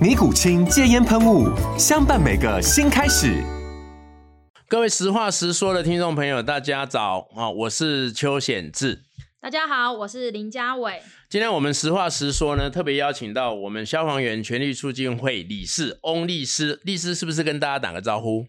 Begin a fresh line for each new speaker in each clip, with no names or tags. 尼古清戒烟喷雾，相伴每个新开始。
各位实话实说的听众朋友，大家早啊！我是邱显志。
大家好，我是林家伟。
今天我们实话实说呢，特别邀请到我们消防员权利促进会理事翁律师。律师是不是跟大家打个招呼？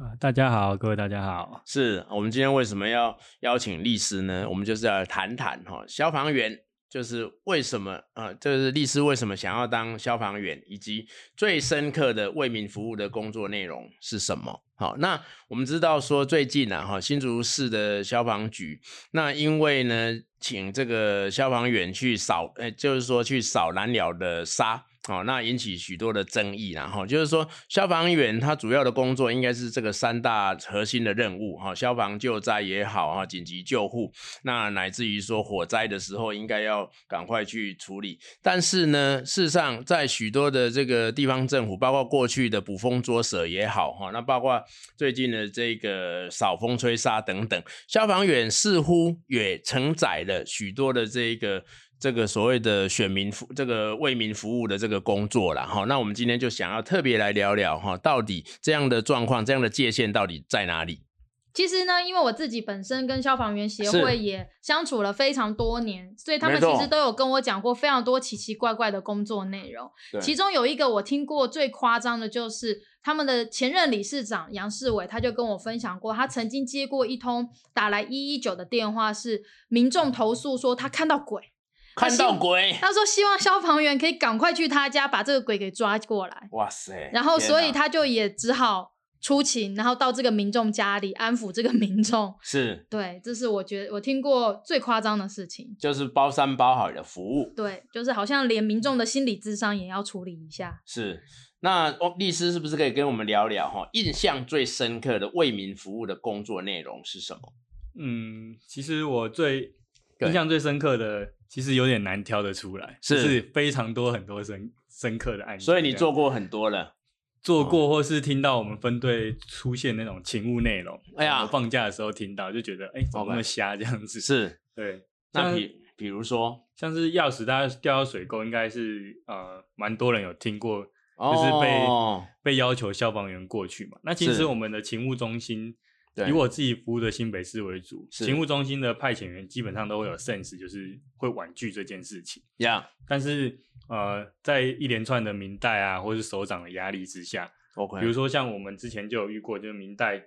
啊，大家好，各位大家好。
是我们今天为什么要邀请律师呢？我们就是要谈谈哈、消防员就是为什么啊，就是律师为什么想要当消防员，以及最深刻的为民服务的工作内容是什么？好，那我们知道说最近啊，哈新竹市的消防局，那因为呢，请这个消防员去扫，呃，就是说去扫蓝鸟的沙。哦，那引起许多的争议啦，然后就是说，消防员他主要的工作应该是这个三大核心的任务，哈，消防救灾也好，啊，紧急救护，那乃至于说火灾的时候，应该要赶快去处理。但是呢，事实上，在许多的这个地方政府，包括过去的捕风捉蛇也好，哈，那包括最近的这个扫风吹沙等等，消防员似乎也承载了许多的这个。这个所谓的选民服，这个为民服务的这个工作啦，哈，那我们今天就想要特别来聊聊哈，到底这样的状况，这样的界限到底在哪里？
其实呢，因为我自己本身跟消防员协
是
会也相处了非常多年，所以他
没
们
错
其实都有跟我讲过非常多奇奇怪怪的工作内容
对。
其中有一个我听过最夸张的就是他们的前任理事长杨世伟，他就跟我分享过，他曾经接过一通打来一一九的电话，是民众投诉说他看到鬼。
看到鬼，
他说希望消防员可以赶快去他家把这个鬼给抓过来，
哇塞！
然后
天
所
哪
以他就也只好出勤，然后到这个民众家里安抚这个民众。
是
对，这是我觉得我听过最夸张的事情。
就是包山包海的服务
对，就是好像连民众的心理智商也要处理一下。
是。那哦，律师是不是可以跟我们聊聊哈？印象最深刻的为民服务的工作内容是什么？
嗯，其实我最
对
印象最深刻的，其实有点难挑得出来，
是
就是非常多很多深深刻的案件。
所以你
这样
做过很多了，
做过，或是听到我们分队出现那种勤务内容，
哎呀
我放假的时候听到，就觉得哎、怎么那
OK
么瞎这样子？，
是。
对。
那
像
比比如说，
像是钥匙，大家掉到水沟，应该是呃蛮多人有听过就是被、
哦，
被要求消防员过去嘛。那其
是
实我们的勤务中心，
对
以我自己服务的新北市为主，
是
勤务中心的派遣员基本上都会有 sense，就是会婉拒这件事情。
呀
但是呃，在一连串的明代啊，或是首长的压力之下，
，OK，
比如说像我们之前就有遇过，就是明代。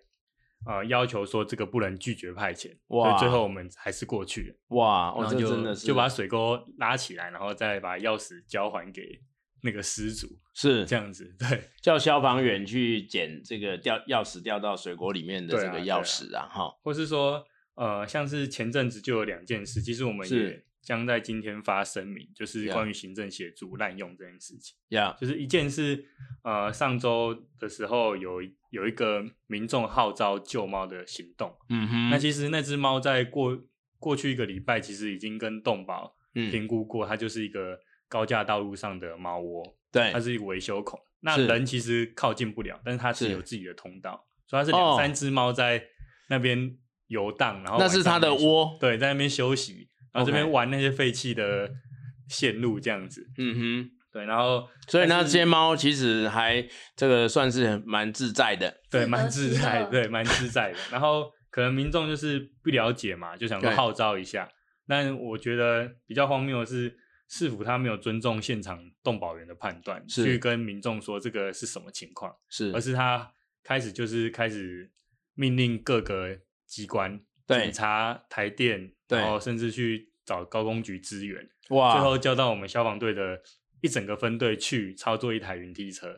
呃，要求说这个不能拒绝派遣，
哇
所以最后我们还是过去了，
哇，哦
然后
这
就
真的是
就把水沟拉起来，然后再把钥匙交还给那个失主，
是
这样子，对，
叫消防员去捡这个掉钥匙掉到水果里面的
对啊
这个钥匙啊，哈、
或是说，呃，像是前阵子就有两件事，其实我们也
是
将在今天发声明，就是
呀
关于行政协助滥用这件事情。
呀
就是一件是，呃，上周的时候有一有一个民众号召救猫的行动，
嗯哼，
那其实那只猫在过过去一个礼拜，其实已经跟动保
嗯
评估过，它就是一个高架道路上的猫窝，
对
它，是一个维修孔。那
是
人其实靠近不了，但是它是
是
有自己的通道，所以它是
哦
两三只猫在那边游荡，然后
那是
晚上
它的
没事，
窝，
对，在那边休息，然后
OK
这边玩那些废弃的线路这样子，
嗯哼，
对，然后
所以
但
那
是
这些猫其实还这个算是蛮自在的，
自
对
得
蛮自 在，
其乐
对蛮自在的，然后可能民众就是不了解嘛，就想说
对
号召一下，但我觉得比较荒谬的是。市府他没有尊重现场动保员的判断，
是
去跟民众说这个是什么情况，
是
而是他开始就是开始命令各个机关，
对
警察、台电，
对啊
然后甚至去找高工局支援，最
哇，
后叫到我们消防队的一整个分队去操作一台云梯车，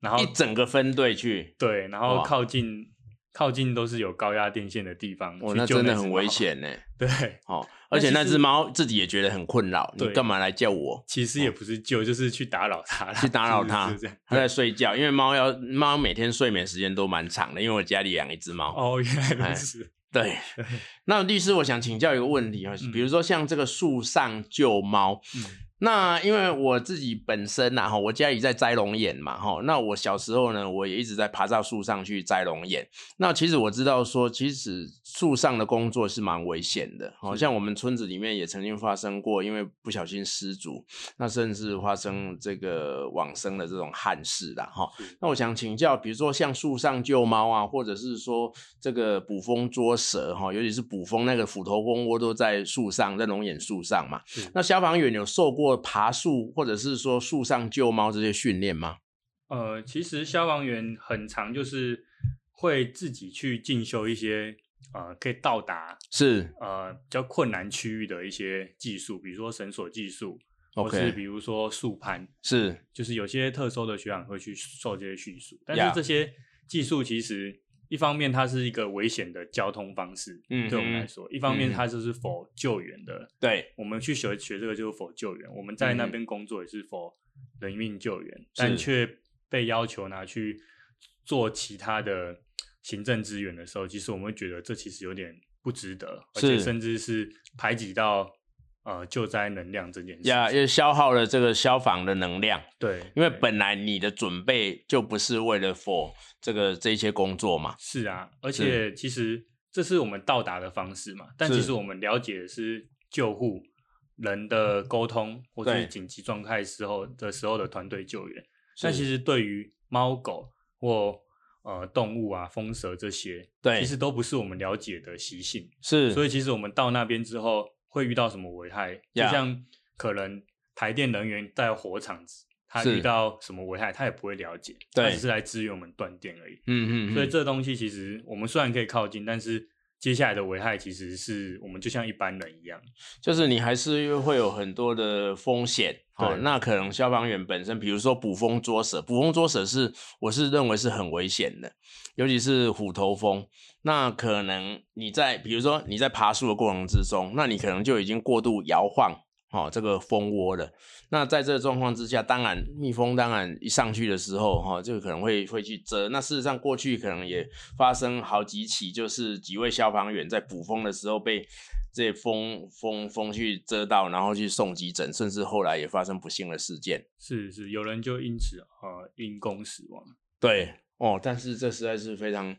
然后
一整个分队去，
对，然后
哇
靠近靠近都是有高压电线的地方，
哇，
去
哦那
救
真的
只
很危
猫。
险呢。
对，
哦，而且
那
那
其
只
实
猫自己也觉得很困扰，你
对
干嘛来叫我？
其实也不是救，就是去打扰它啦，
去打扰
就是
它
就是这样。
它在睡觉，因为猫要猫每天睡眠时间都蛮长的，因为我家里养一只猫。
哦，原来
哎
如此。
对，那律师，我想请教一个问题啊，比如说像这个树上救猫，
嗯
那因为我自己本身呐、啊、哈，我家里在摘龙眼嘛哈，那我小时候呢，我也一直在爬到树上去摘龙眼。那其实我知道说，其实树上的工作是蛮危险的，好
是
像我们村子里面也曾经发生过，因为不小心失足，那甚至发生这个往生的这种憾事啦哈。那我想请教，比如说像树上救猫啊，或者是说这个捕风捉蛇哈，尤其是捕风那个斧头蜂窝都在树上，在龙眼树上嘛。那消防员有受过爬树或者是说树上救猫这些训练吗？
呃，其实消防员很常就是会自己去进修一些呃可以到达
是
呃比较困难区域的一些技术，比如说绳索技术，或是
，OK，
比如说速攀，
是
就是有些特收的学长会去受这些技术，但
Yeah
是这些技术其实。一方面，它是一个危险的交通方式，
嗯
对我们
哼
来说；一方
嗯
面，
哼
它就是否救援的。
对，
我们去学学这个就是否救援，我们在
嗯
那边工作也是否人命救援，但却被要求拿去做其他的行政资源的时候，其实我们会觉得这其实有点不值得，而且
是
甚至是排挤到呃救灾能量这件事情。
呀，又消耗了这个消防的能量，
对，
因为
对
本来你的准备就不是为了 for 这个这一些工作嘛。
是啊，而且其实这是我们到达的方式嘛，但
是
其实我们了解的是救护人的沟通，或者
对
是紧急状态时候的时候的团队救援。但其实对于猫狗或呃动物啊、蜂蛇这些，
对
其实都不是我们了解的习性，
是，
所
以
以其实我们到那边之后会遇到什么危害，就
Yeah
像可能台电人员在火场，他
是
遇到什么危害，他也不会了解，
对
他只是来支援我们断电而已。
嗯嗯，
所以这东西其实我们虽然可以靠近，但是接下来的危害其实是我们就像一般人一样，
就是你还是会有很多的风险。好、
对
那可能消防员本身，比如说捕风捉蛇，捕风捉蛇是我是认为是很危险的，尤其是虎头蜂。那可能你在比如说你在爬树的过程之中，那你可能就已经过度摇晃哦这个蜂窝了。那在这个状况之下，当然蜜蜂当然一上去的时候，哈、就可能会会去蛰。那事实上过去可能也发生好几起，就是几位消防员在捕蜂的时候被这些蜂蜂蜂去蛰到，然后去送急诊，甚至后来也发生不幸的事件。
是是，有人就因此呃因公死亡。
对，哦，但是这实在是非常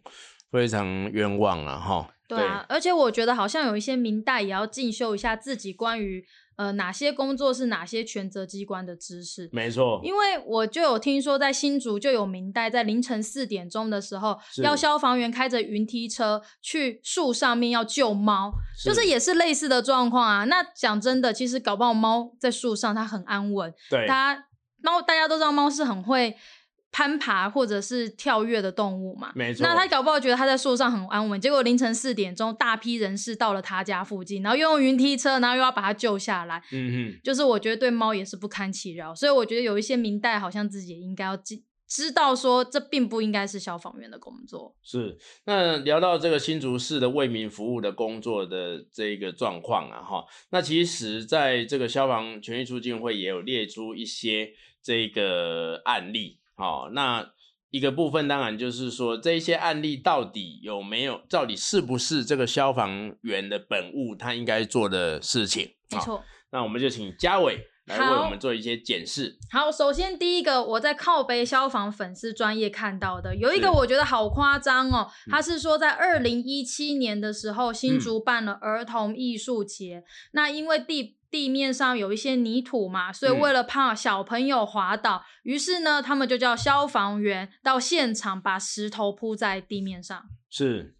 非常冤枉了、哈。
对啊，而且我觉得好像有一些明代也要进修一下自己关于呃哪些工作是哪些权责机关的知识。
没错，
因为我就有听说，在新竹就有明代，在凌晨四点钟的时候，
是
要消防员开着云梯车去树上面要救猫，就是也是类似的状况啊。那讲真的，其实搞不好猫在树上它很安稳，
对
它猫大家都知道猫是很会攀爬或者是跳跃的动物嘛，
没错
那它搞不好觉得它在树上很安稳，结果凌晨四点钟大批人士到了他家附近，然后又用云梯车，然后又要把它救下来，
嗯嗯，
就是我觉得对猫也是不堪其扰，所以我觉得有一些明代好像自己也应该要知知道说这并不应该是消防员的工作，
是。那聊到这个新竹市的为民服务的工作的这个状况啊，哈，那其实在这个消防权益促进会也有列出一些这个案例，哦，那。一个部分当然就是说，这一些案例到底有没有，到底是不是这个消防员的本务他应该做的事情？
没
啊
错。
那我们就请嘉伟来为
好
我们做一些检视。
好，首先第一个，我在靠北消防粉丝专业看到的有一
是嗯
个，我觉得好夸张哦。他是说，在二零一七年的时候，新竹办了儿童艺术节。那因为地地面上有一些泥土嘛，所以
嗯
为了怕小朋友滑倒，于是呢，他们就叫消防员到现场把石头铺在地面上。
是，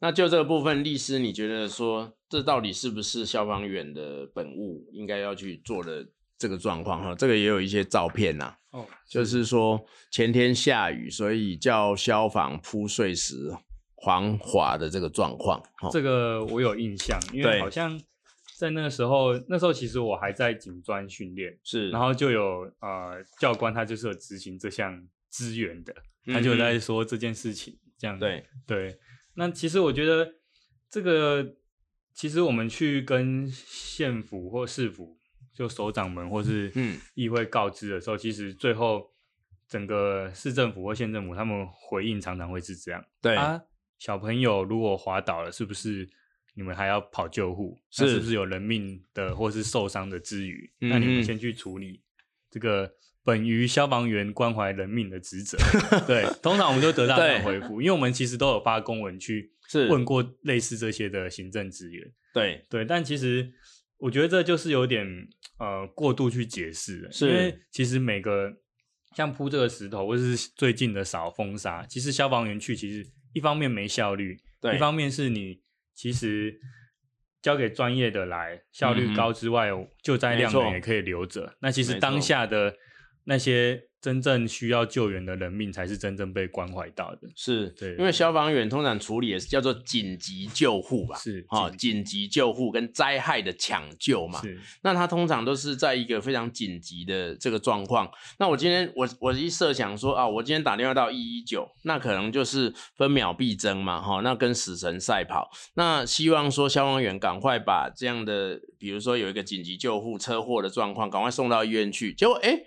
那就这个部分，律师你觉得说这到底是不是消防员的本务应该要去做的这个状况哈？这个也有一些照片呐、
哦，
就是说前天下雨，所以叫消防铺碎石黄华的这个状况。哦
这个我有印象，因
对
为好像在那个时候，那时候其实我还在警专训练，
是，
然后就有呃教官他就是有执行这项资源的，他
嗯
就有
嗯
在说这件事情，这样
对
对。那其实我觉得这个，其实我们去跟县府或市府，就首长们或是
嗯
议会告知的时候，其实最后整个市政府或县政府他们回应常常会是这样。
对，
啊，小朋友如果滑倒了，是不是你们还要跑救护？
是
那是不是有人命的或是受伤的之余，
嗯
那你
嗯
们先去处理这个本于消防员关怀人命的职责。 对，通常我们就得到这样的回复，因为我们其实都有发公文去
是
问过类似这些的行政职员。
对
对，但其实我觉得这就是有点呃过度去解释了，
是
因为其实每个像铺这个石头或者是最近的扫风沙，其实消防员去其实一方面没效率，
对
一方面是你其实交给专业的来，效
嗯哼
率高之外，救灾量
没
能
错
也可以留着。那其
没
实
错
当下的那些真正需要救援的人命，才是真正被关怀到的。
是，
对
因为消防员通常处理也是叫做紧急救护吧，
是
哦，紧急救护跟灾害的抢救嘛，
是，
那他通常都是在一个非常紧急的这个状况。那我今天我我一设想说啊，我今天打电话到一一九，那可能就是分秒必争嘛，哈、那跟死神赛跑。那希望说消防员赶快把这样的，比如说有一个紧急救护车祸的状况，赶快送到医院去。结果诶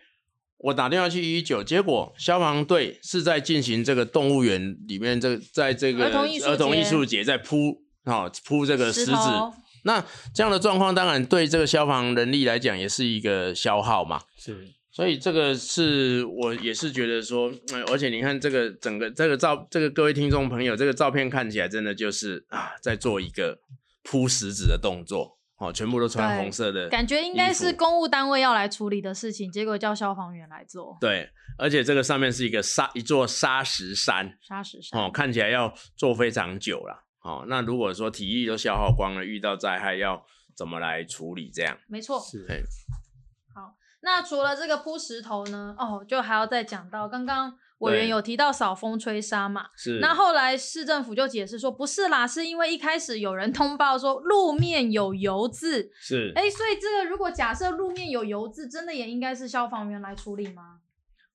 我打电话去一一九，结果消防队是在进行这个动物园里面这个在这个
儿童艺术节
儿童艺术节在铺啊铺这个石
石
子，
头
那这样的状况，当然对这个消防人力来讲也是一个消耗嘛。
是
所以这个是我也是觉得说，嗯而且你看这个整个这个照，这个各位听众朋友，这个照片看起来真的就是啊，在做一个铺石子的动作，哦，全部都穿
对
红色的，
感觉应该
衣
是
服
公务单位要来处理的事情，结果叫消防员来做，
对，而且这个上面是一个沙一座沙石山，
杀死伤。
哦，看起来要做非常久了，哦，那如果说体力都消耗光了，遇到灾害要怎么来处理？这样，
没错。
是
对，
那除了这个铺石头呢？哦，就还要再讲到刚刚委员
对
有提到扫风吹沙嘛。
是，
那后来市政府就解释说，不是啦，是因为一开始有人通报说路面有油渍，
是，
哎，所以这个如果假设路面有油渍，真的也应该是消防员来处理吗？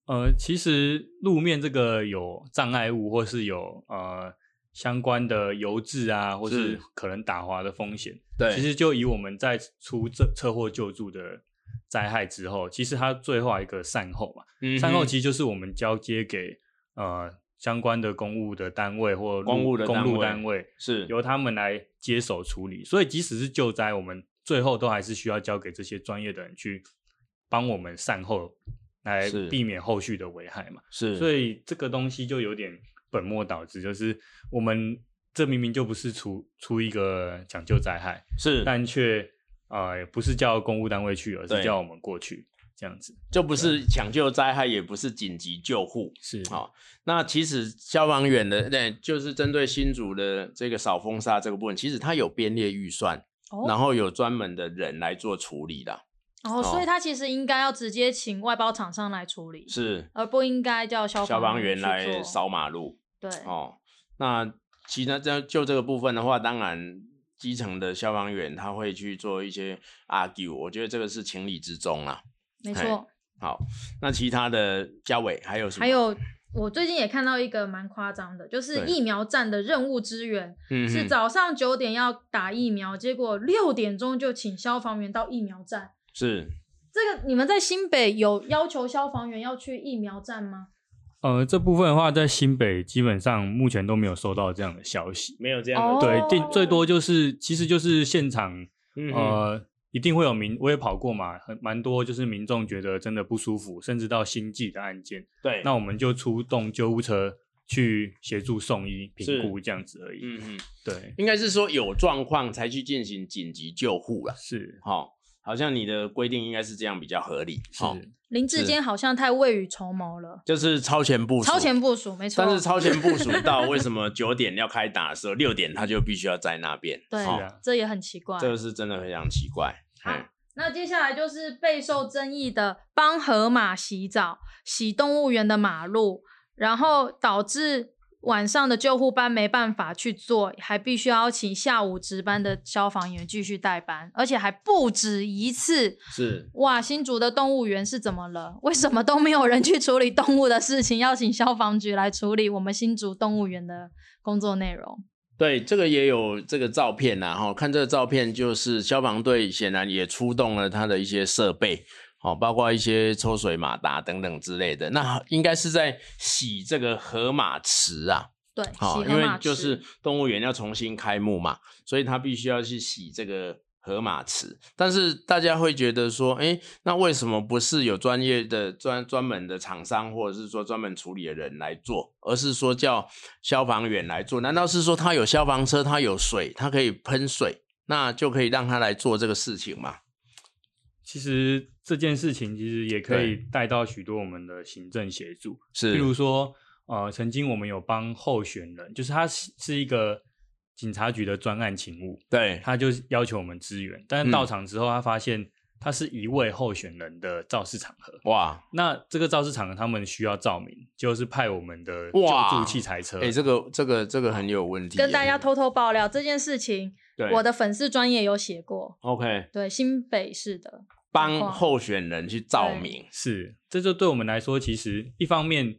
呃，其实路面这个有障碍物，或是有呃相关的油渍啊，或
是
是可能打滑的风险，
对，
其实就以我们在出这车祸救助的灾害之后，其实它最后还有一个善后嘛，
嗯哼
善后其实就是我们交接给呃相关的公务的单位或路
公务的
公
单
路
位
单位，
是
由他们来接手处理。所以即使是救灾，我们最后都还是需要交给这些专业的人去帮我们善后，来
是
避免后续的危害嘛。
是，
所
以
以这个东西就有点本末倒置，就是我们这明明就不是出出一个抢救灾害，
是
但却呃不是叫公务单位去，而
对
是叫我们过去这样子。
就不是抢救灾害，也不是紧急救护。
是
好那其实消防员的，那就是针对新竹的这个扫风沙这个部分，其实它有编列预算，然
哦，
后有专门的人来做处理的。
哦，所以他其实应该要直接请外包厂商来处理，
是
而不应该叫消
消防员
去
来
做
扫马路
对，
哦。那其他这就这个部分的话，当然基层的消防员他会去做一些 argue，我觉得这个是情理之中啦。
没
嘿
错。
好，那其他的嘉伟还有什么？
还有，我最近也看到一个蛮夸张的，就是
对
疫苗站的任务支援
嗯哼
是早上九点要打疫苗，结果六点钟就请消防员到疫苗站。
是
这个你们在新北有要求消防员要去疫苗站吗？
呃，这部分的话，在新北基本上目前都没有收到这样的消息。
没有这
样的
对
哦，
最最多就是其实就是现场
嗯哼
呃。一定会有民，我也跑过嘛，很蛮多就是民众觉得真的不舒服，甚至到心悸的案件，
对，
那我们就出动救护车去协助送医
是
评估这样子而已。
嗯嗯，
对，
应该是说有状况才去进行紧急救护啦。
是
哈、好像你的规定应该是这样比较合理，
是、
哈、
林志坚好像太未雨绸缪了，
就是超前部署，
超前部署，没错。
但是超前部 署到为什么九点要开打的时候，六点他就必须要在那边，
对、啊
哦
是啊
这也很奇怪。
这个是真的非常奇怪。
好
嗯
那接下来就是备受争议的帮河马洗澡、洗动物园的马路，然后导致晚上的救护班没办法去做，还必须要请下午值班的消防员继续代班，而且还不止一次。
是
哇，新竹的动物园是怎么了？为什么都没有人去处理动物的事情，要请消防局来处理我们新竹动物园的工作内容？
对，这个也有这个照片啦，哈，看这个照片就是消防队显然也出动了他的一些设备，哦，包括一些抽水马达等等之类的。那应该是在洗这个河马池啊，
对，
好，因
喜河
为
马
就
池
是动物园要重新开幕嘛，所以他必须要去洗这个河马池。但是大家会觉得说，哎，那为什么不是有专业的专专门的厂商，或者是说专门处理的人来做，而是说叫消防员来做？难道是说他有消防车，他有水，他可以喷水，那就可以让他来做这个事情嘛？
其实这件事情其实也可以
对
带到许多我们的行政协助，
是，
譬如说，呃，曾经我们有帮候选人，就是他是是一个警察局的专案勤务，
对，
他就要求我们支援，但是到
嗯
场之后，他发现他是一位候选人的肇事场合。
哇，
那这个肇事场合，他们需要照明，就是派我们的救
哇
助器材车。
哎，这个这个这个很有问题耶，
跟大家偷偷爆料这件事情，
对
我的粉丝专业有写过，
OK
对，新北市的，
帮候选人去照明。
是，这就对我们来说，其实一方面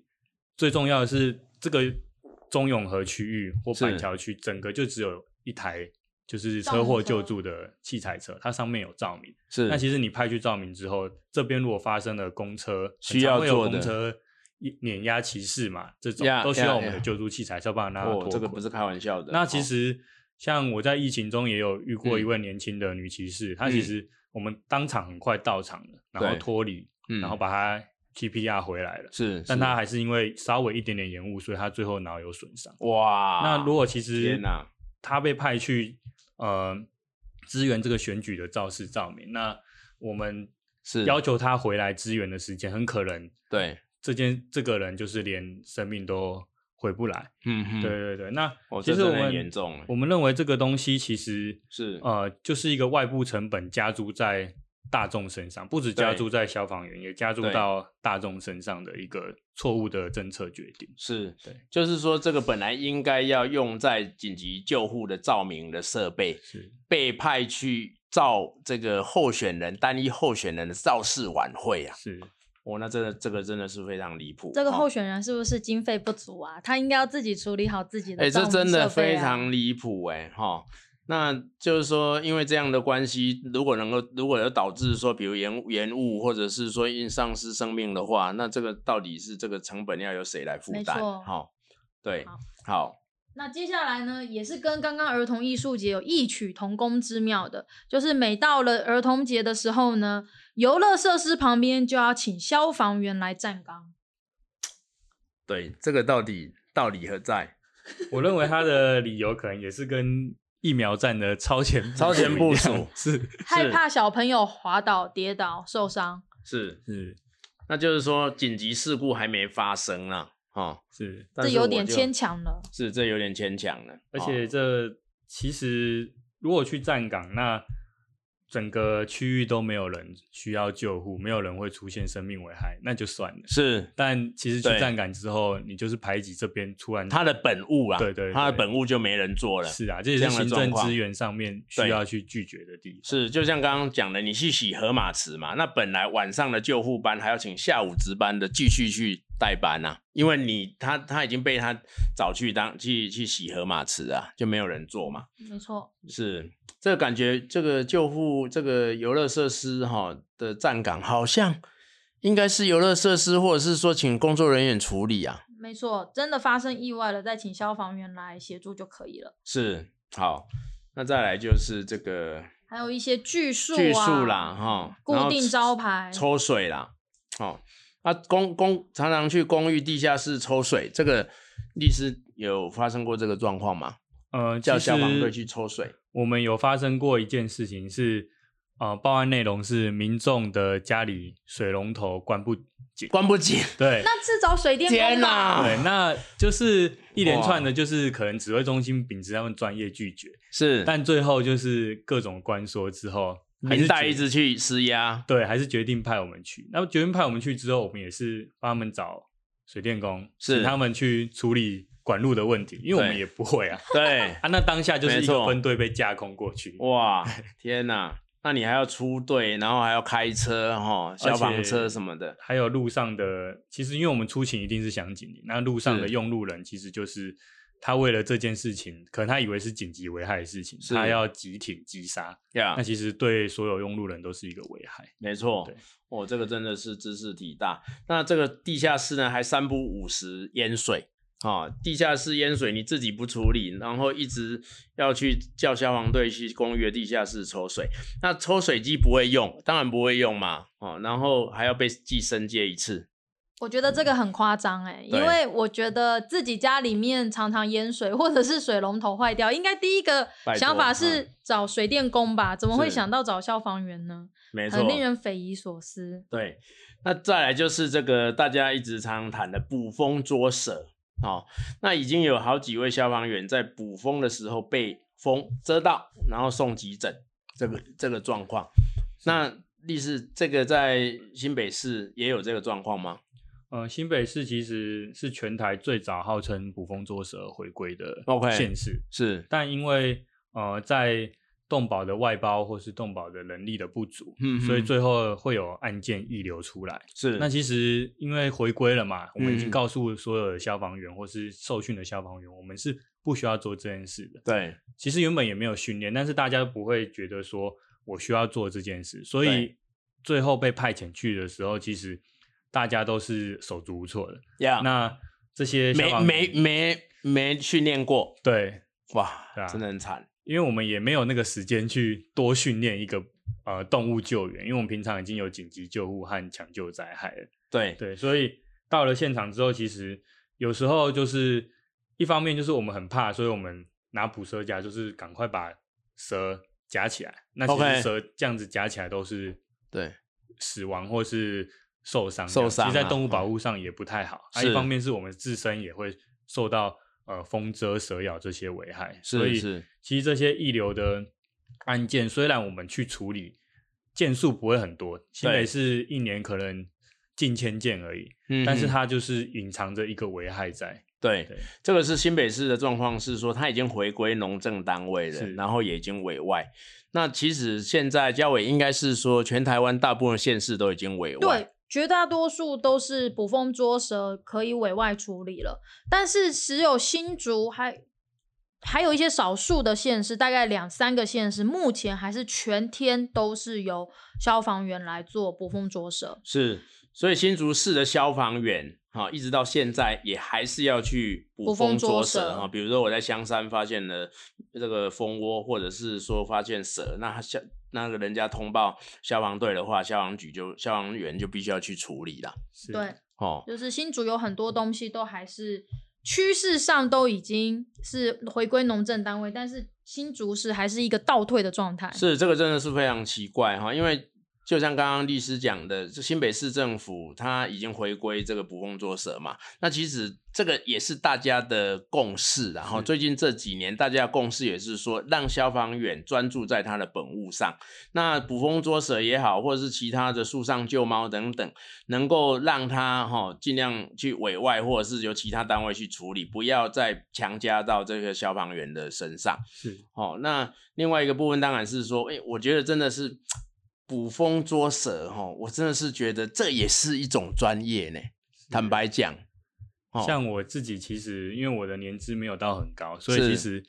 最重要的是这个中永和区域或
是
板桥区，整个就只有一台就是
照
车
明
祸
车
救助的器材车，它上面有照明。
是，
那其实你派去照明之后，这边如果发生了公车，
需要
很常会有
做的
公车碾压骑士嘛，这种
呀
都需要我
呀
们
呀
的救助器材，是要帮它脱
哦
困。，
这个不是开玩笑的。
那其
哦
实像我在疫情中也有遇过
嗯
一位年轻的女骑士，她
嗯
其实我们当场很快到场了，然后
对
脱离，
嗯
然后把她 TPR 回来了，
是，
但
是
她还是因为稍微一点点延误，所以她最后脑有损伤。
哇，
那如果其实
啊天哪
他被派去呃支援这个选举的肇事照明，那我们
是
要求他回来支援的时间，很可能
对，
这件这个人就是连生命都回不来。
嗯哼
对，对对，那
哦
其
这
实
真
我
的很
们
严重欸
我们认为这个东西其实
是
呃就是一个外部成本加注在。大众身上，不止加
对
注在消防员，也加注
对
到大众身上的一个错误的政策决定。
是
对，
就是说这个本来应该要用在紧急救护的照明的设备，
是
被派去照这个候选人单一候选人的造势晚会啊，
是，
哦，那真的这个真的是非常离谱，
这个
哦
候选人是不是经费不足啊？他应该要自己处理好自己的、
哎、这真的非常
厉
离谱哎哈。那就是说，因为这样的关系，如果能够，如果有导致说，比如延延误，或者是说因丧失生命的话，那这个到底是这个成本要由谁来负
没
担？
错
好，对，
好
好，
那接下来呢，也是跟刚刚儿童艺术节有异曲同工之妙的，就是每到了儿童节的时候呢，游乐设施旁边就要请消防员来 站岗。
对，这个到底道理何在？
我认为他的理由可能也是跟疫苗战的超前部 署
超前部
一
署
样是
害怕小朋友滑倒、跌倒、受伤，
是，
是
那就是说紧急事故还没发生啦，哦，
是，
但
这
是
有
我
点
就
牵，强了。
是这有点牵强了，
而
哦
且这其实如果去站岗，那整个区域都没有人需要救护，没有人会出现生命危害，那就算了。
是
但其实去
对
站岗之后，你就是排挤这边突然
他的本物啦，
对对对
他的本物就没人做了，
是啊，这也
这样
是
的
行
状
政
况
资源上面需
对
要去拒绝的地方。
是，就像刚刚讲的，你去洗河马池嘛，那本来晚上的救护班还要请下午值班的继续去代班啊，因为你他他已经被他找去当去去洗河马池啊，就没有人做嘛。
没错，
是，这个感觉这个救护这个游乐设施哈、的站岗好像应该是游乐设施，或者是说请工作人员处理啊。
没错，真的发生意外了，再请消防员来协助就可以了。
是，好，那再来就是这个
还有一些锯树、啊、嗯
锯树啦，哈、然
固
后
定
抽
招牌，
抽水啦，哦，啊公公常常去公寓地下室抽水，这个律师有发生过这个状况吗？
呃，
叫
其
消防队
实
去抽水。
我们有发生过一件事情是，呃，报案内容是民众的家里水龙头关不紧，
关不 紧，
对。
那是找水电
天
工吧？
哪！
对，那就是一连串的，就是可能指挥中心秉持他们专业拒绝，
是，
但最后就是各种关说之后，还是
明代
决
一直去施压，
对，还是决定派我们去。那么决定派我们去之后，我们也是帮他们找水电工，
是
请他们去处理管路的问题，因为我们
对
也不会啊。
对，
啊，那当下就是
没
一
错
个分队被架空过去，
哇，天哪！那你还要出队，然后还要开车哈，消防车什么的，
还有路上的，其实因为我们出勤一定是想紧急，那路上的
是
用路人其实就是他为了这件事情，可能他以为是紧急危害的事情，
是
他要急停急刹，
呀
那其实对所有用路人都是一个危害。
没错
对，
我、这个真的是知识体大。那这个地下室呢，还三不五时淹水啊、地下室淹水你自己不处理，然后一直要去叫消防队去公寓的地下室抽水。那抽水机不会用，当然不会用嘛，哦，然后还要被记申诫一次。
我觉得这个很夸张哎，因
对
为我觉得自己家里面常常淹水，或者是水龙头坏掉，应该第一个
拜托
想法
嗯
是找水电工吧？怎么会
是
想到找消防员呢？
没错，
很令人匪夷所思。
对，那再来就是这个大家一直常谈的捕风捉蛇哦，那已经有好几位消防员在捕风的时候被风遮到，然后送急诊，这个这个状况。那历史这个在新北市也有这个状况吗？
呃，新北市其实是全台最早号称捕风捉蛇回归的
OK
县市
是，
但因为呃在动保的外包或是动保的人力的不足，
嗯
所以
哼
最后会有案件溢流出来。
是
那其实因为回归了嘛，我们已
嗯
经告诉所有的消防员或是受训的消防员，我们是不需要做这件事的。
对
其实原本也没有训练，但是大家不会觉得说我需要做这件事，所
对
以最后被派遣去的时候，其实大家都是手足无措的。
呀，
那这些消
啊没
防
没
员
没没训练过，
对，
哇，
对啊
真的很惨，
因为我们也没有那个时间去多训练一个呃动物救援，因为我们平常已经有紧急救护和抢救灾害了。
对
对，所以到了现场之后，其实有时候就是一方面就是我们很怕，所以我们拿捕蛇夹就是赶快把蛇夹起来。那其
OK
实蛇这样子夹起来都是
对
死亡或是受伤这
受
样，
伤
其实
啊
在动物保护上也不太好。啊、
是
一方面是我们自身也会受到呃风蛰、蛇咬这些危害，
是
所以
是
其实这些溢流的案件，虽然我们去处理件数不会很多，新
对
北市一年可能近千件而已，
嗯
但是
哼
它就是隐藏着一个危害在。
对
对，
这个是新北市的状况，是说它已经回归农政单位了，
是
然后也已经委外。那其实现在交委应该是说，全台湾大部分县市都已经委外。
对，绝大多数都是捕风捉蛇，可以委外处理了。但是只有新竹还还有一些少数的县市，大概两三个县市，目前还是全天都是由消防员来做捕风捉蛇。
是，所以新竹市的消防员哈、一直到现在也还是要去捕
捕风
风捉
捉
蛇
蛇
哈、比如说我在香山发现了这个蜂窝，或者是说发现蛇，那他消那个人家通报消防队的话，消防局就消防员就必须要去处理啦。
是
对，
哦，
就是新竹有很多东西都还是趋势上都已经是回归农政单位，但是新竹市还是一个倒退的状态。
是这个真的是非常奇怪哈，因为就像刚刚律师讲的，这新北市政府它已经回归这个捕风捉蛇嘛，那其实这个也是大家的共识啦，然后
是
最近这几年大家的共识也是说，让消防员专注在他的本务上，那捕风捉蛇也好，或者是其他的树上救猫等等，能够让他哈、尽量去委外，或者是由其他单位去处理，不要再强加到这个消防员的身上。
是
哦，那另外一个部分当然是说，哎、我觉得真的是捕风捉蛇哈、哦，我真的是觉得这也是一种专业呢。坦白讲，哦，
像我自己，其实因为我的年资没有到很高，所以
是
其实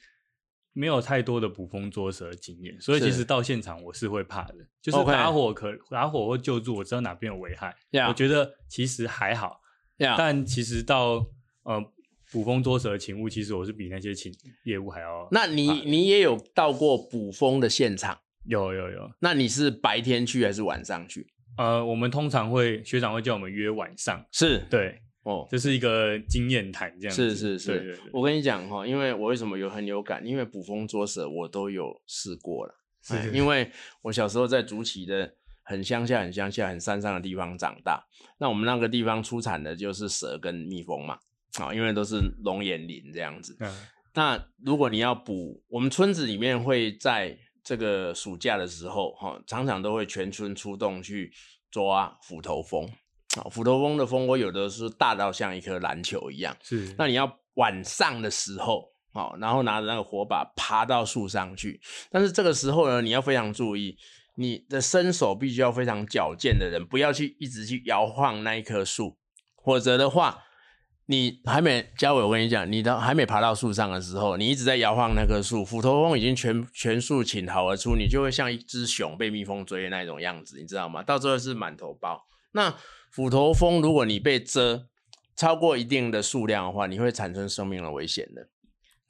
没有太多的捕风捉蛇经验，所以其
是
实到现场我是会怕的，就是
OK
打火可打火或救助，我知道哪边有危害
Yeah
我觉得其实还好，
呀
但其实到呃捕风捉蛇的勤务，其实我是比那些勤业务还要
那你你也有到过捕风的现场？
有有有，
那你是白天去还是晚上去？
呃，我们通常会学长会叫我们约晚上，
是，
对，
哦，
这是一个经验谈这样子，
是是是，
对对对
我跟你讲哈，因为我为什么有很有感，因为捕风捉蛇我都有试过了，
是
哎因为我小时候在竹崎的很乡下、很乡下、很山上的地方长大，那我们那个地方出产的就是蛇跟蜜蜂嘛，啊，因为都是龙眼林这样子。
嗯
那如果你要捕，我们村子里面会在这个暑假的时候，哈、常常都会全村出动去抓斧哦头蜂。啊，斧头蜂的蜂窝有的是大到像一颗篮球一样。
是，
那你要晚上的时候，哦，然后拿着那个火把爬到树上去。但是这个时候呢，你要非常注意，你的身手必须要非常矫健的人，不要去一直去摇晃那一棵树，否则的话，你还没嘉伟，我跟你讲，你到还没爬到树上的时候，你一直在摇晃那棵树，斧头风已经全全速倾巢而出，你就会像一只熊被蜜蜂追的那种样子，你知道吗？到最后是满头包。那斧头蜂，如果你被蛰超过一定的数量的话，你会产生生命的危险的。哦呃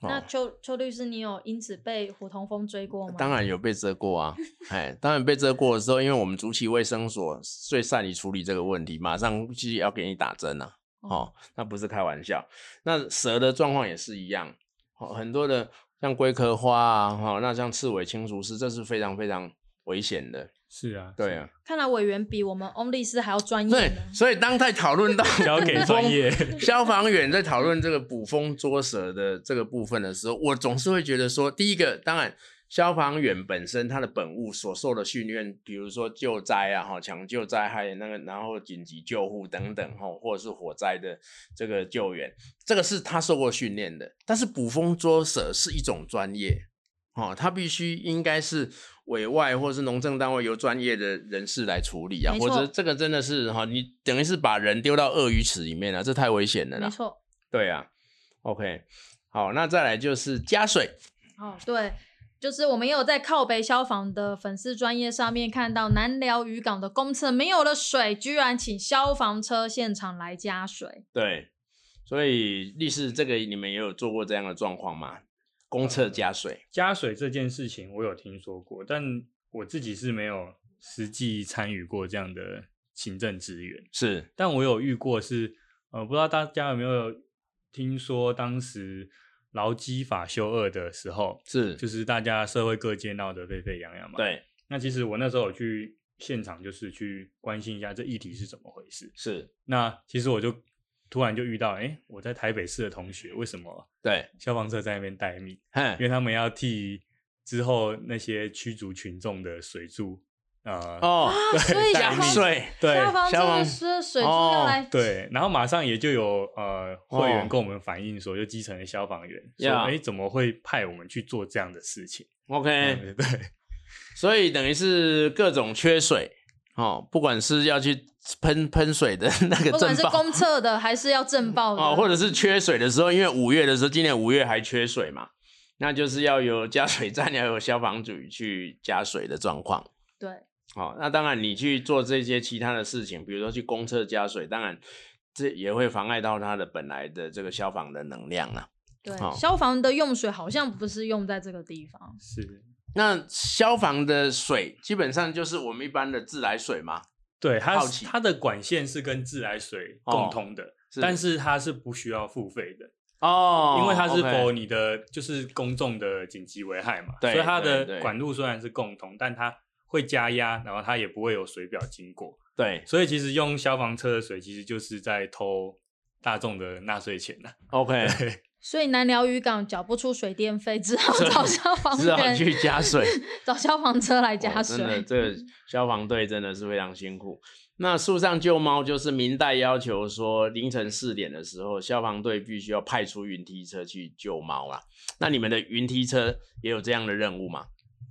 那邱邱律师，你有因此被胡同风追过吗？
当然有被遮过啊，哎，当然被遮过的时候，因为我们竹崎卫生所最善于处理这个问题，马上就要给你打针啊，哦，那不是开玩笑。那蛇的状况也是一样，哦，很多的像龟壳花啊，哈、哦，那像刺尾青竹丝，这是非常非常危险的，
是啊，
对啊，
看来委员比我们翁律师还要专业
对
呢，。
所以当在讨论到
啊交给专业
消防员在讨论这个捕风捉蛇的这个部分的时候，我总是会觉得说，第一个，当然消防员本身他的本务所受的训练，比如说救灾啊、哈抢救灾害那个，然后紧急救护等等哈，或者是火灾的这个救援，这个是他受过训练的。但是捕风捉蛇是一种专业，哦，他必须应该是委外或是农政单位由专业的人士来处理啊，
没
或
错
者这个真的是哈、你等于是把人丢到鳄鱼池里面了、啊这太危险了
没
啦。
错，
对啊，OK，好，那再来就是加水，
哦，对，就是我们也有在靠北消防的粉丝专业上面看到，南寮渔港的公厕没有了水，居然请消防车现场来加水。
对，所以律师这个你们也有做过这样的状况吗？公厕加水，
加水这件事情，我有听说过，但我自己是没有实际参与过这样的行政职员。
是
但我有遇过是，呃，不知道大家有没有听说，当时劳基法修二的时候，
是，
就是大家社会各界闹得沸沸扬扬嘛。。
对，
那其实我那时候有去现场，就是去关心一下这议题是怎么回事。
是，
那其实我就突然就遇到，哎、我在台北市的同学为什么
对，
消防车在那边待命？因
哼，
为他们要替之后那些驱逐群众的水柱，呃，
哦，
啊所以
代
消
加
理
防
水，
对
消防
消
车
防
的水水柱
哦
要来，
对，然后马上也就有呃会
哦
员跟我们反映说，就基层的消防员说，
呀
哎、怎么会派我们去做这样的事情？
，OK，
嗯对，
所以等于是各种缺水哦，不管是要去喷喷水的那个
不管
震
是
爆
公厕的还是要震爆的，
哦，或者是缺水的时候，因为五月的时候，今年五月还缺水嘛，那就是要有加水站， 要有消防局去加水的状况。
对，
哦，那当然你去做这些其他的事情，比如说去公厕加水，当然这也会妨碍到它的本来的这个消防的能量啊啦。
对
好，
消防的用水好像不是用在这个地方，
是，
那消防的水基本上就是我们一般的自来水嘛，
对，它
好
是
奇
它的管线是跟自来水
哦
共通的，
是
但是它是不需要付费的，
哦
因为它是
OK
否你的就是公众的紧急危害嘛，
对
所以它
对对
的管路虽然是共通，但它会加压，然后它也不会有水表经过，
对
所以其实用消防车的水，其实就是在偷大众的纳税钱啊呐、
OK，
所以南寮渔港缴不出水电费，只好找消防
只好去
员、
加水。
找消防车来 加
哦真的，
水。
这个消防队真的是非常辛苦。那树上救猫就是明代要求说，凌晨四点的时候，消防队必须要派出云梯车去救猫啦。那你们的云梯车也有这样的任务吗？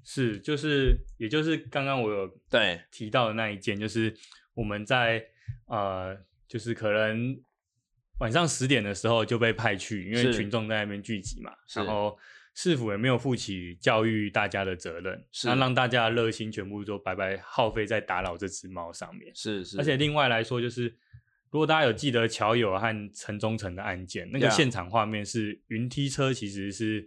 是，就是，也就是刚刚我有
对，
提到的那一件，就是我们在呃，就是可能晚上十点的时候就被派去，因为
是
群众在那边聚集嘛，
是
然后市府也没有负起教育大家的责任，
是
那让大家的热心全部都白白耗费在打扰这只猫上面。
是是，
而且另外来说，就是如果大家有记得乔友和陈忠诚的案件，那个
Yeah
现场画面是云梯车其实是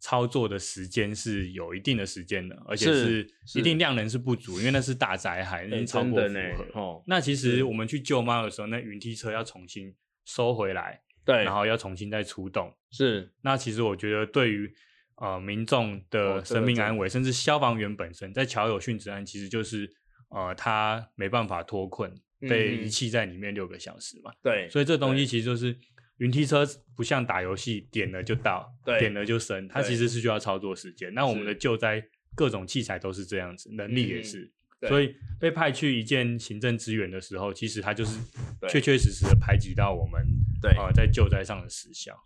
操作的时间是有一定的时间的，而且
是
是
是
一定量能是不足，因为那是大灾害，那
哎
是超
真
过
的
负
呢
荷。，
哦，
那其
是
实我们去救猫的时候，那云梯车要重新收回来，
对，
然后要重新再出动。
是
那其实我觉得对于呃民众
哦
的
这个
生命
真
安危，甚至消防员本身，在乔友殉职案其实就是呃他没办法脱困，被
嗯
遗弃在里面六个小时嘛，
对，
所以这东
对
西其实就是。云梯车不像打游戏，点了就到，
对
点了就升，它
对
其实是需要操作时间。那我们的救灾各种器材都是这样子，能力也是，
嗯对
所以被派去一件行政支援的时候，其实它就是
对
确确实实的排挤到我们
对
啊、在救灾上的实效。
哦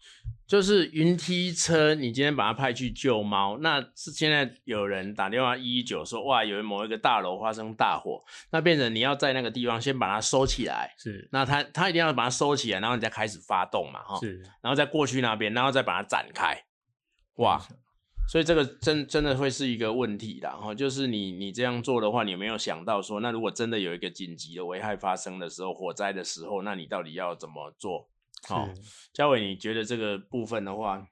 就是云梯车，你今天把它派去救猫，那是现在有人打电话一一九说，哇，有某一个大楼发生大火，那变成你要在那个地方先把它收起来，
是
那它它一定要把它收起来，然后你再开始发动嘛，哈，
是，
然后再过去那边，然后再把它展开，哇，所以这个真真的会是一个问题啦，哈，就是你你这样做的话，你有没有想到说，那如果真的有一个紧急的危害发生的时候，火灾的时候，那你到底要怎么做？好、
是
嘉伟，你觉得这个部分的话，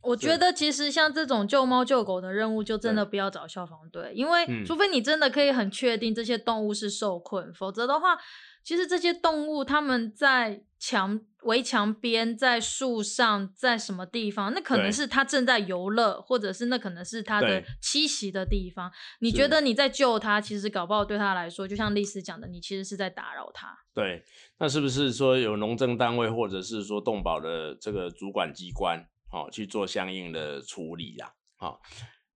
我觉得其实像这种救猫救狗的任务，就真的
对
不要找消防队，因为
嗯
除非你真的可以很确定这些动物是受困，否则的话，其实这些动物它们在墙、围墙边、在树上、在什么地方，那可
对
能是它正在游乐，或者是那可能是它的
对
栖息的地方。你
是
觉得你在救它，其实搞不好对它来说，就像丽丝讲的，你其实是在打扰它。
对，那是不是说有农政单位或者是说动保的这个主管机关，好、去做相应的处理啦、好、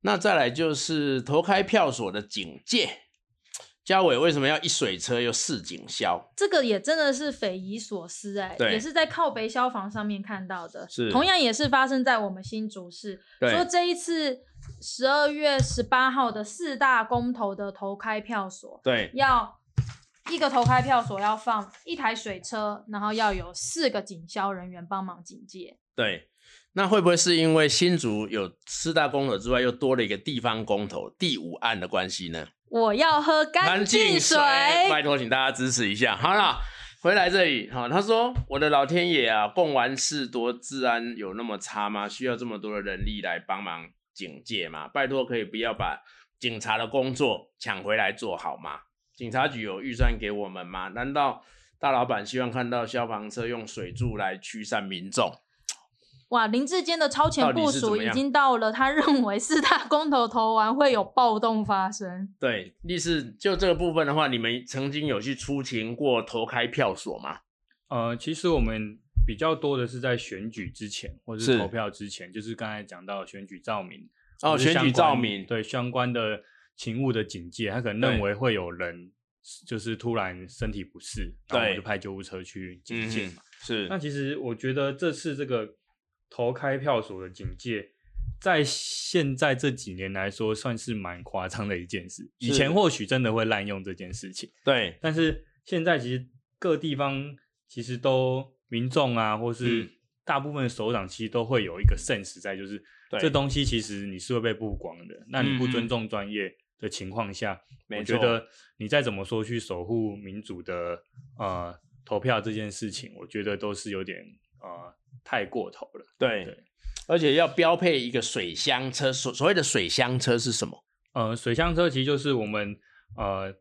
那再来就是投开票所的警戒，嘉伟为什么要一水车又四警消？
这个也真的是匪夷所思哎、
对
也是在靠北消防上面看到的，
是
同样也是发生在我们新竹市。
对
说这一次十二月十八号的四大公投的投开票所，
对，
要一个投开票所要放一台水车，然后要有四个警消人员帮忙警戒。
对，那会不会是因为新竹有四大公投之外，又多了一个地方公投第五案的关系呢？
我要喝干
干
净
净
水
水，，拜托，请大家支持一下。好了，回来这里，好、他说我的老天爷啊，贡丸士多治安有那么差吗？需要这么多的人力来帮忙警戒吗？拜托，可以不要把警察的工作抢回来做好吗？警察局有预算给我们吗？难道大老板希望看到消防车用水柱来驱散民众？
哇，林志坚的超前
到底
部
是怎
署
么
已
样
经到了，他认为四大公投投完会有暴动发生。
对，律师，就这个部分的话，你们曾经有去出勤过投开票所吗？
呃，其实我们比较多的是在选举之前，或者
是
是投票之前，就是刚才讲到选举照明
哦
或是
选
相
举照
关
明
对相关的勤务的警戒，他可能认
对
为会有人就是突然身体不适，然后我
对嗯
们就派救护车去警戒嘛。
是
那其实我觉得这次这个投开票所的警戒，在现在这几年来说，算是蛮夸张的一件事。以
是
前或许真的会滥用这件事情，
对，
但是现在其实各地方其实都民众啊，或
嗯
是大部分的首长其实都会有一个 sense 在，就是
对嗯
这东西其实你是会被曝光的。那你不尊重专业的情况下，
没
我觉
错
得你再怎么说去守护民主的呃投票这件事情，我觉得都是有点呃太过头了。
对，
对
而且要标配一个水箱车，所所谓的水箱车是什么？
呃，水箱车其实就是我们呃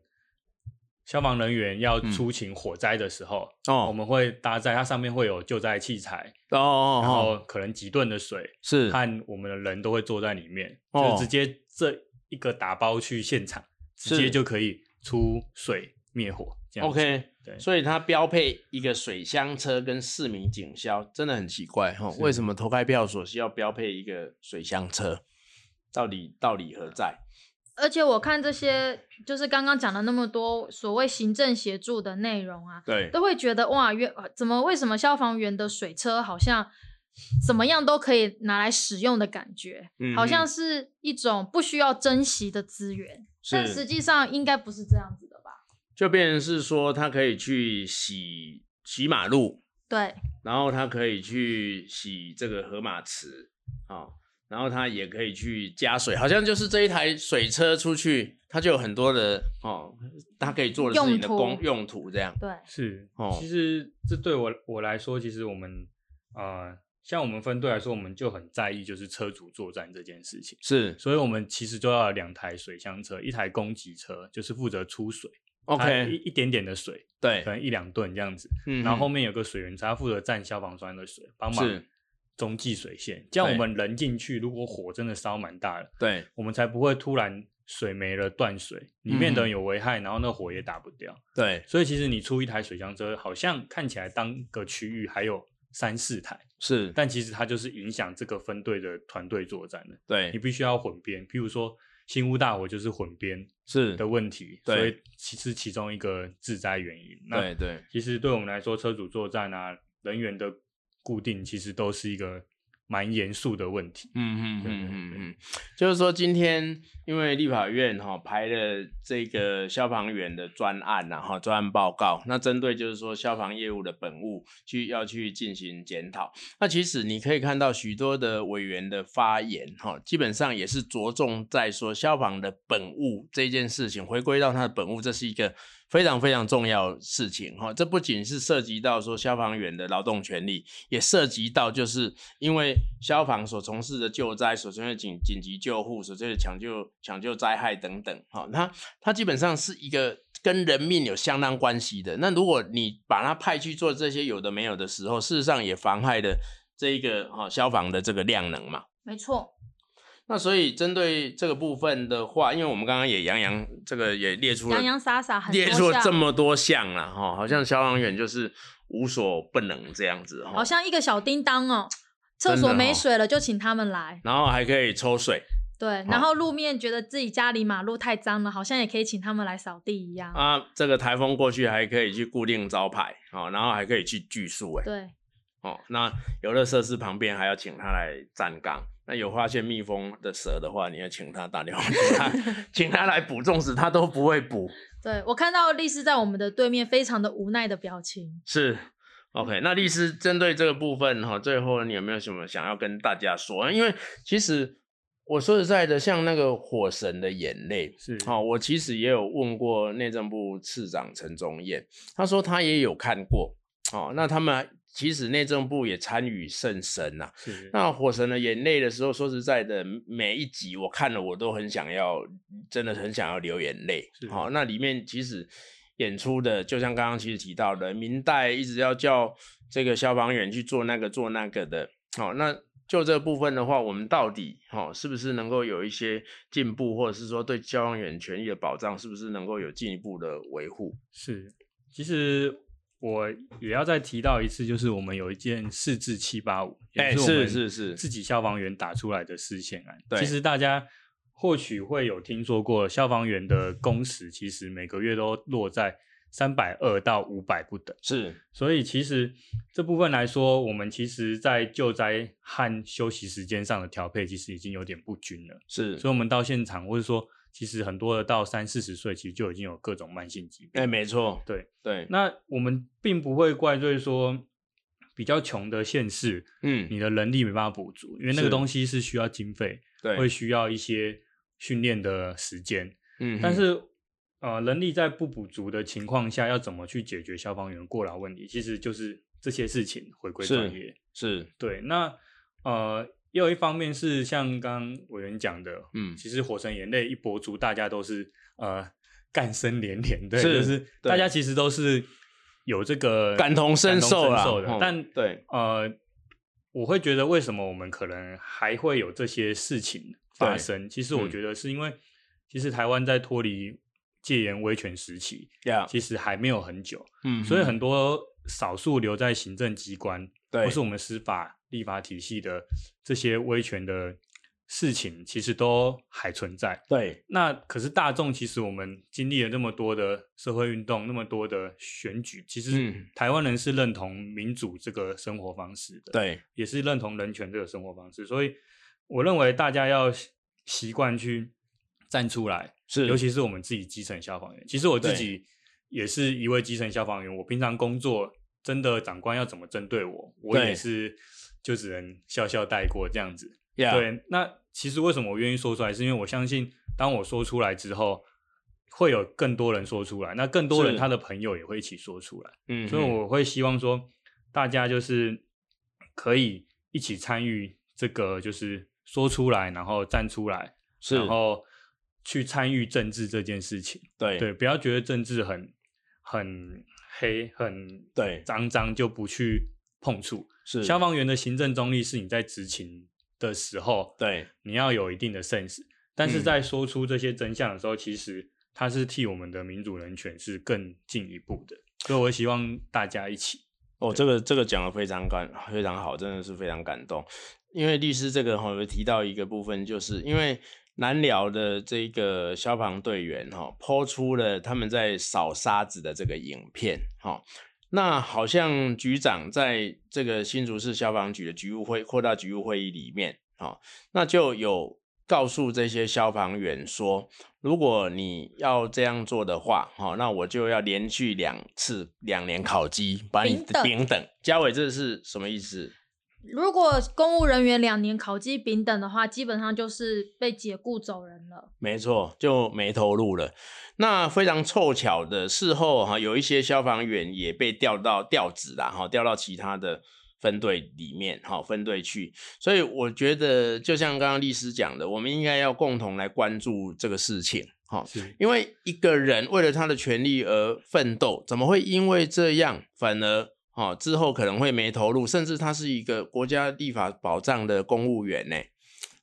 消防人员要
嗯
出勤火灾的时候，
哦
我们会搭载它上面会有救灾器材，
哦
然
哦
后可能几吨的水
是
和我们的人都会坐在里面，
哦
就是直接这一个打包去现场，直
是
接就可以出水灭火。这样子
OK，
对，
所以它标配一个水箱车跟四名警消，真的很奇怪哈、哦。
是
为什么投开票所需要标配一个水箱车？到底道理何在？
而且我看这些，就是刚刚讲了那么多所谓行政协助的内容啊，
对
都会觉得哇，原呃怎么为什么消防员的水车好像怎么样都可以拿来使用的感觉，
嗯
好像
嗯
是一种不需要珍惜的资源，但实
是
际上应该不是这样子的吧？
就变成是说，它可以去洗洗马路，
对，
然后它可以去洗这个河马池，哦，然后它也可以去加水，好像就是这一台水车出去，它就有很多的哦，它可以做的事情的
用途
工用途这样，
对，
是
哦
其实这对我我来说，其实我们呃，像我们分队来说，我们就很在意就是车主作战这件事情。
是
所以我们其实就要有两台水箱车，一台供给车，就是负责出水它一
OK，
一点点的水，
对
可，能一两吨这样子。
嗯
然后后面有个水源车，他负责站消防栓的水，帮忙
是
中继水线。这样
对
我们人进去，如果火真的烧蛮大了，
对
我们才不会突然水没了断水，里面的
嗯
人有危害，然后那火也打不掉。
对
所以其实你出一台水箱车，好像看起来当个区域还有三四台，
是，
但其实它就是影响这个分队的团队作战的。你
对
必须要混编，譬如说新屋大火就是混编
是，
的问题，
对
所以其是其中一个致灾原因。那
对对
其实对我们来说，车主作战啊，人员的固定，其实都是一个蛮严肃的问题。
嗯嗯
对
嗯
对
嗯
对
嗯，就是说今天因为立法院哈、排了这个消防员的专案呐、啊、哈专案报告，那针对就是说消防业务的本务去要去进行检讨。那其实你可以看到许多的委员的发言哈、基本上也是着重在说消防的本务这件事情，回归到它的本务，这是一个非常非常重要的事情哈、这不仅是涉及到说消防员的劳动权利，也涉及到，就是因为消防所从事的救灾、所从事的紧紧急救护、所从事的抢救、抢救灾害等等，好、那它基本上是一个跟人命有相当关系的。那如果你把它派去做这些有的没有的时候，事实上也妨害了这一个哈、消防的这个量能嘛。
没错，
那所以针对这个部分的话，因为我们刚刚也洋洋这个也列出了
洋洋洒洒很
列出
多
了这
项，
么多项了哈，好像消防员就是无所不能这样子哈，
好像一个小叮当哦。
真的
厕所没
哦
水了，就请他们来。
然后还可以抽水。
对，然后路面觉得自己家里马路太脏了，好像也可以请他们来扫地一样。
啊，这个台风过去还可以去固定招牌，哦，然后还可以去锯树，哎，
对，
哦，那游乐设施旁边还要请他来站岗。那有发现蜜蜂的蛇的话，你要请他打电话给他， 请他来捕，粽子，他都不会捕。
对我看到律师在我们的对面非常的无奈的表情。
是，OK。那律师针对这个部分哈，最后你有没有什么想要跟大家说？因为其实我说实在的，像那个《火神的眼泪》，
是
好、哦我其实也有问过内政部次长陈宗彦，他说他也有看过。哦，那他们其实内政部也参与甚深啊呐、
是
那《火神的眼泪》的时候，说实在的，每一集我看了，我都很想要，真的很想要流眼泪
是。
好、那里面其实演出的，就像刚刚其实提到的，明代一直要叫这个消防员去做那个做那个的。好、那就这部分的话，我们到底哦，是不是能够有一些进步，或者是说对消防员权益的保障，是不是能够有进一步的维护？
是，其实我也要再提到一次，就是我们有一件四至七八五，也
哎
我们
是是是
自己消防员打出来的事件案。
对
其实大家或许会有听说过，消防员的工时其实每个月都落在三百二到五百不等。
是，
所以其实这部分来说，我们其实在救灾和休息时间上的调配，其实已经有点不均了。
是，
所以我们到现场，或者说其实很多的到三四十岁，其实就已经有各种慢性疾病。
哎、没错，
对
对，
那我们并不会怪罪说比较穷的县市，
嗯，
你的人力没办法补足，因为那个
是
东西是需要经费，
对，
会需要一些训练的时间。
嗯哼，
但是，呃，人力在不补足的情况下，要怎么去解决消防员过劳问题？其实就是这些事情回归
是
专业。
是，
对，那呃，也有一方面是像刚刚委员讲的，
嗯
其实《火神眼泪》一播出，大家都是呃干声连连，对，
是
就是
对
大家其实都是有这个
感同身受啦
感同身的
嗯，
但
对
呃，我会觉得为什么我们可能还会有这些事情发生？其实我
嗯
觉得是因为，其实台湾在脱离戒严威权时期，
呀，
其实还没有很久，
嗯
所以
哼
很多少数留在行政机关
对
或是我们司法、立法体系的这些威权的事情，其实都还存在。
对，
那可是大众，其实我们经历了那么多的社会运动，那么多的选举，其
嗯
实台湾人是认同民主这个生活方式的，，
对，
也是认同人权这个生活方式。所以，我认为大家要习习惯去站出来，
是，
尤其是我们自己基层消防员。其实我自
对
己也是一位基层消防员，我平常工作真的长官要怎么针对我，我
对
也是就只能笑笑带过这样子。
呀，
对，那其实为什么我愿意说出来，是因为我相信当我说出来之后，会有更多人说出来，那更多人
是
他的朋友也会一起说出来，
嗯哼，
所以我会希望说大家就是可以一起参与这个，就是说出来，然后站出来，
是
然后去参与政治这件事情。
对
对，不要觉得政治很很黑、很
对
脏脏就不去碰触。
是
消防员的行政中立是你在执勤的时候，
对
你要有一定的 sense，但是
嗯
在说出这些真相的时候，其实它是替我们的民主人权是更进一步的。所以，我希望大家一起。
哦，这个这个讲的非常感非常好，真的是非常感动。因为律师这个哈、有提到一个部分，就是因为南寮的这个消防队员哈、抛出了他们在扫沙子的这个影片哈、那好像局长在这个新竹市消防局的局务会扩大局务会议里面啊、哦，那就有告诉这些消防员说，如果你要这样做的话，哈、哦，那我就要连续两次两年考绩，把你
丙等
丙等。嘉伟，这是什么意思？
如果公务人员两年考绩丙等的话，基本上就是被解雇走人了。
没错，就没投入了。那非常凑巧的，事后哈、有一些消防员也被调到调职啦，哈、调到其他的分队里面，哈、分队去。所以我觉得，就像刚刚律师讲的，我们应该要共同来关注这个事情，哈、
是
因为一个人为了他的权利而奋斗，怎么会因为这样反而哦之后可能会没投入，甚至他是一个国家立法保障的公务员呢？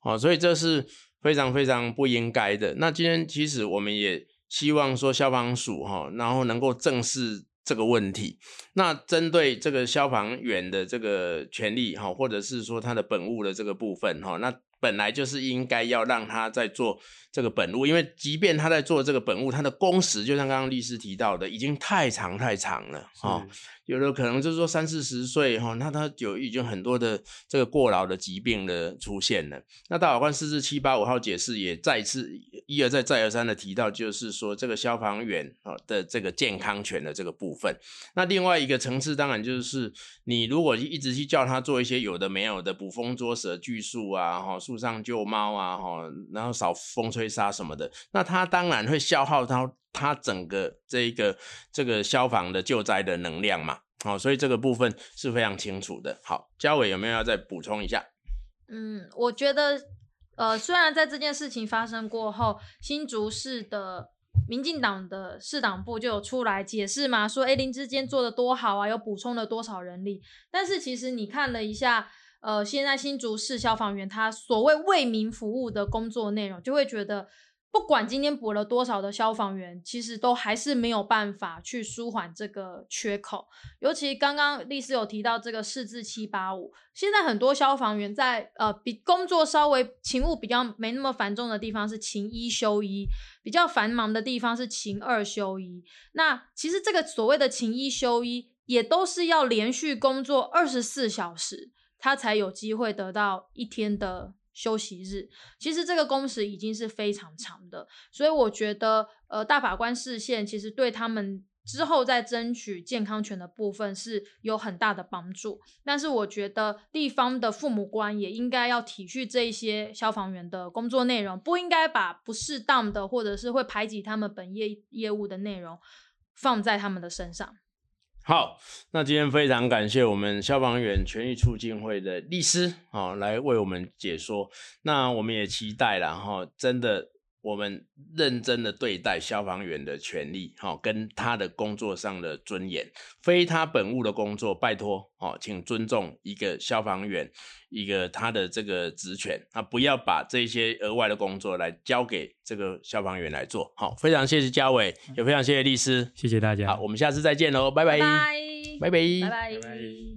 哦，所以这是非常非常不应该的。那今天其实我们也希望说消防署哈、哦，然后能够正视这个问题。那针对这个消防员的这个权利哈，或者是说他的本务的这个部分哈，那本来就是应该要让他在做这个本务，因为即便他在做这个本务，他的工时就像刚刚律师提到的，已经太长太长了哦。有的可能就是说三四十岁哈、那他有已经很多的这个过劳的疾病的出现了。那大法官四四七八五号解释也再次一而再再而三的提到，就是说这个消防员啊的这个健康权的这个部分。那另外一个层次，当然就是你如果一直去叫他做一些有的没有的捕风捉蛇、锯树啊、哈树上救猫啊、哈然后扫风吹沙什么的，那他当然会消耗到他整个这一个这个消防的救灾的能量嘛。好、所以这个部分是非常清楚的。好，嘉伟有没有要再补充一下？
嗯，我觉得，呃，虽然在这件事情发生过后，新竹市的民进党的市党部就有出来解释嘛，说哎林志坚做的多好啊，又补充了多少人力，但是其实你看了一下。呃，现在新竹市消防员他所谓为民服务的工作内容，就会觉得，不管今天补了多少的消防员，其实都还是没有办法去舒缓这个缺口。尤其刚刚律师有提到这个四至七八五，现在很多消防员在呃比工作稍微勤务比较没那么繁重的地方是勤一休一，比较繁忙的地方是勤二休一。那其实这个所谓的勤一休一，也都是要连续工作二十四小时，他才有机会得到一天的休息日。其实这个工时已经是非常长的，所以我觉得，呃，大法官视线其实对他们之后在争取健康权的部分是有很大的帮助。但是我觉得地方的父母官也应该要体恤这一些消防员的工作内容，不应该把不适当的或者是会排挤他们本业业务的内容放在他们的身上。
好，那今天非常感谢我们消防员权益促进会的律师啊、哦，来为我们解说。那我们也期待啦，哈、真的我们认真的对待消防员的权利，哈、跟他的工作上的尊严，非他本务的工作，拜托哦，请尊重一个消防员一个他的这个职权啊，不要把这些额外的工作来交给这个消防员来做。好、非常谢谢嘉伟，也非常谢谢律师。
谢谢大家，
好，我们下次再见喽，拜拜，
拜
拜拜。
拜拜。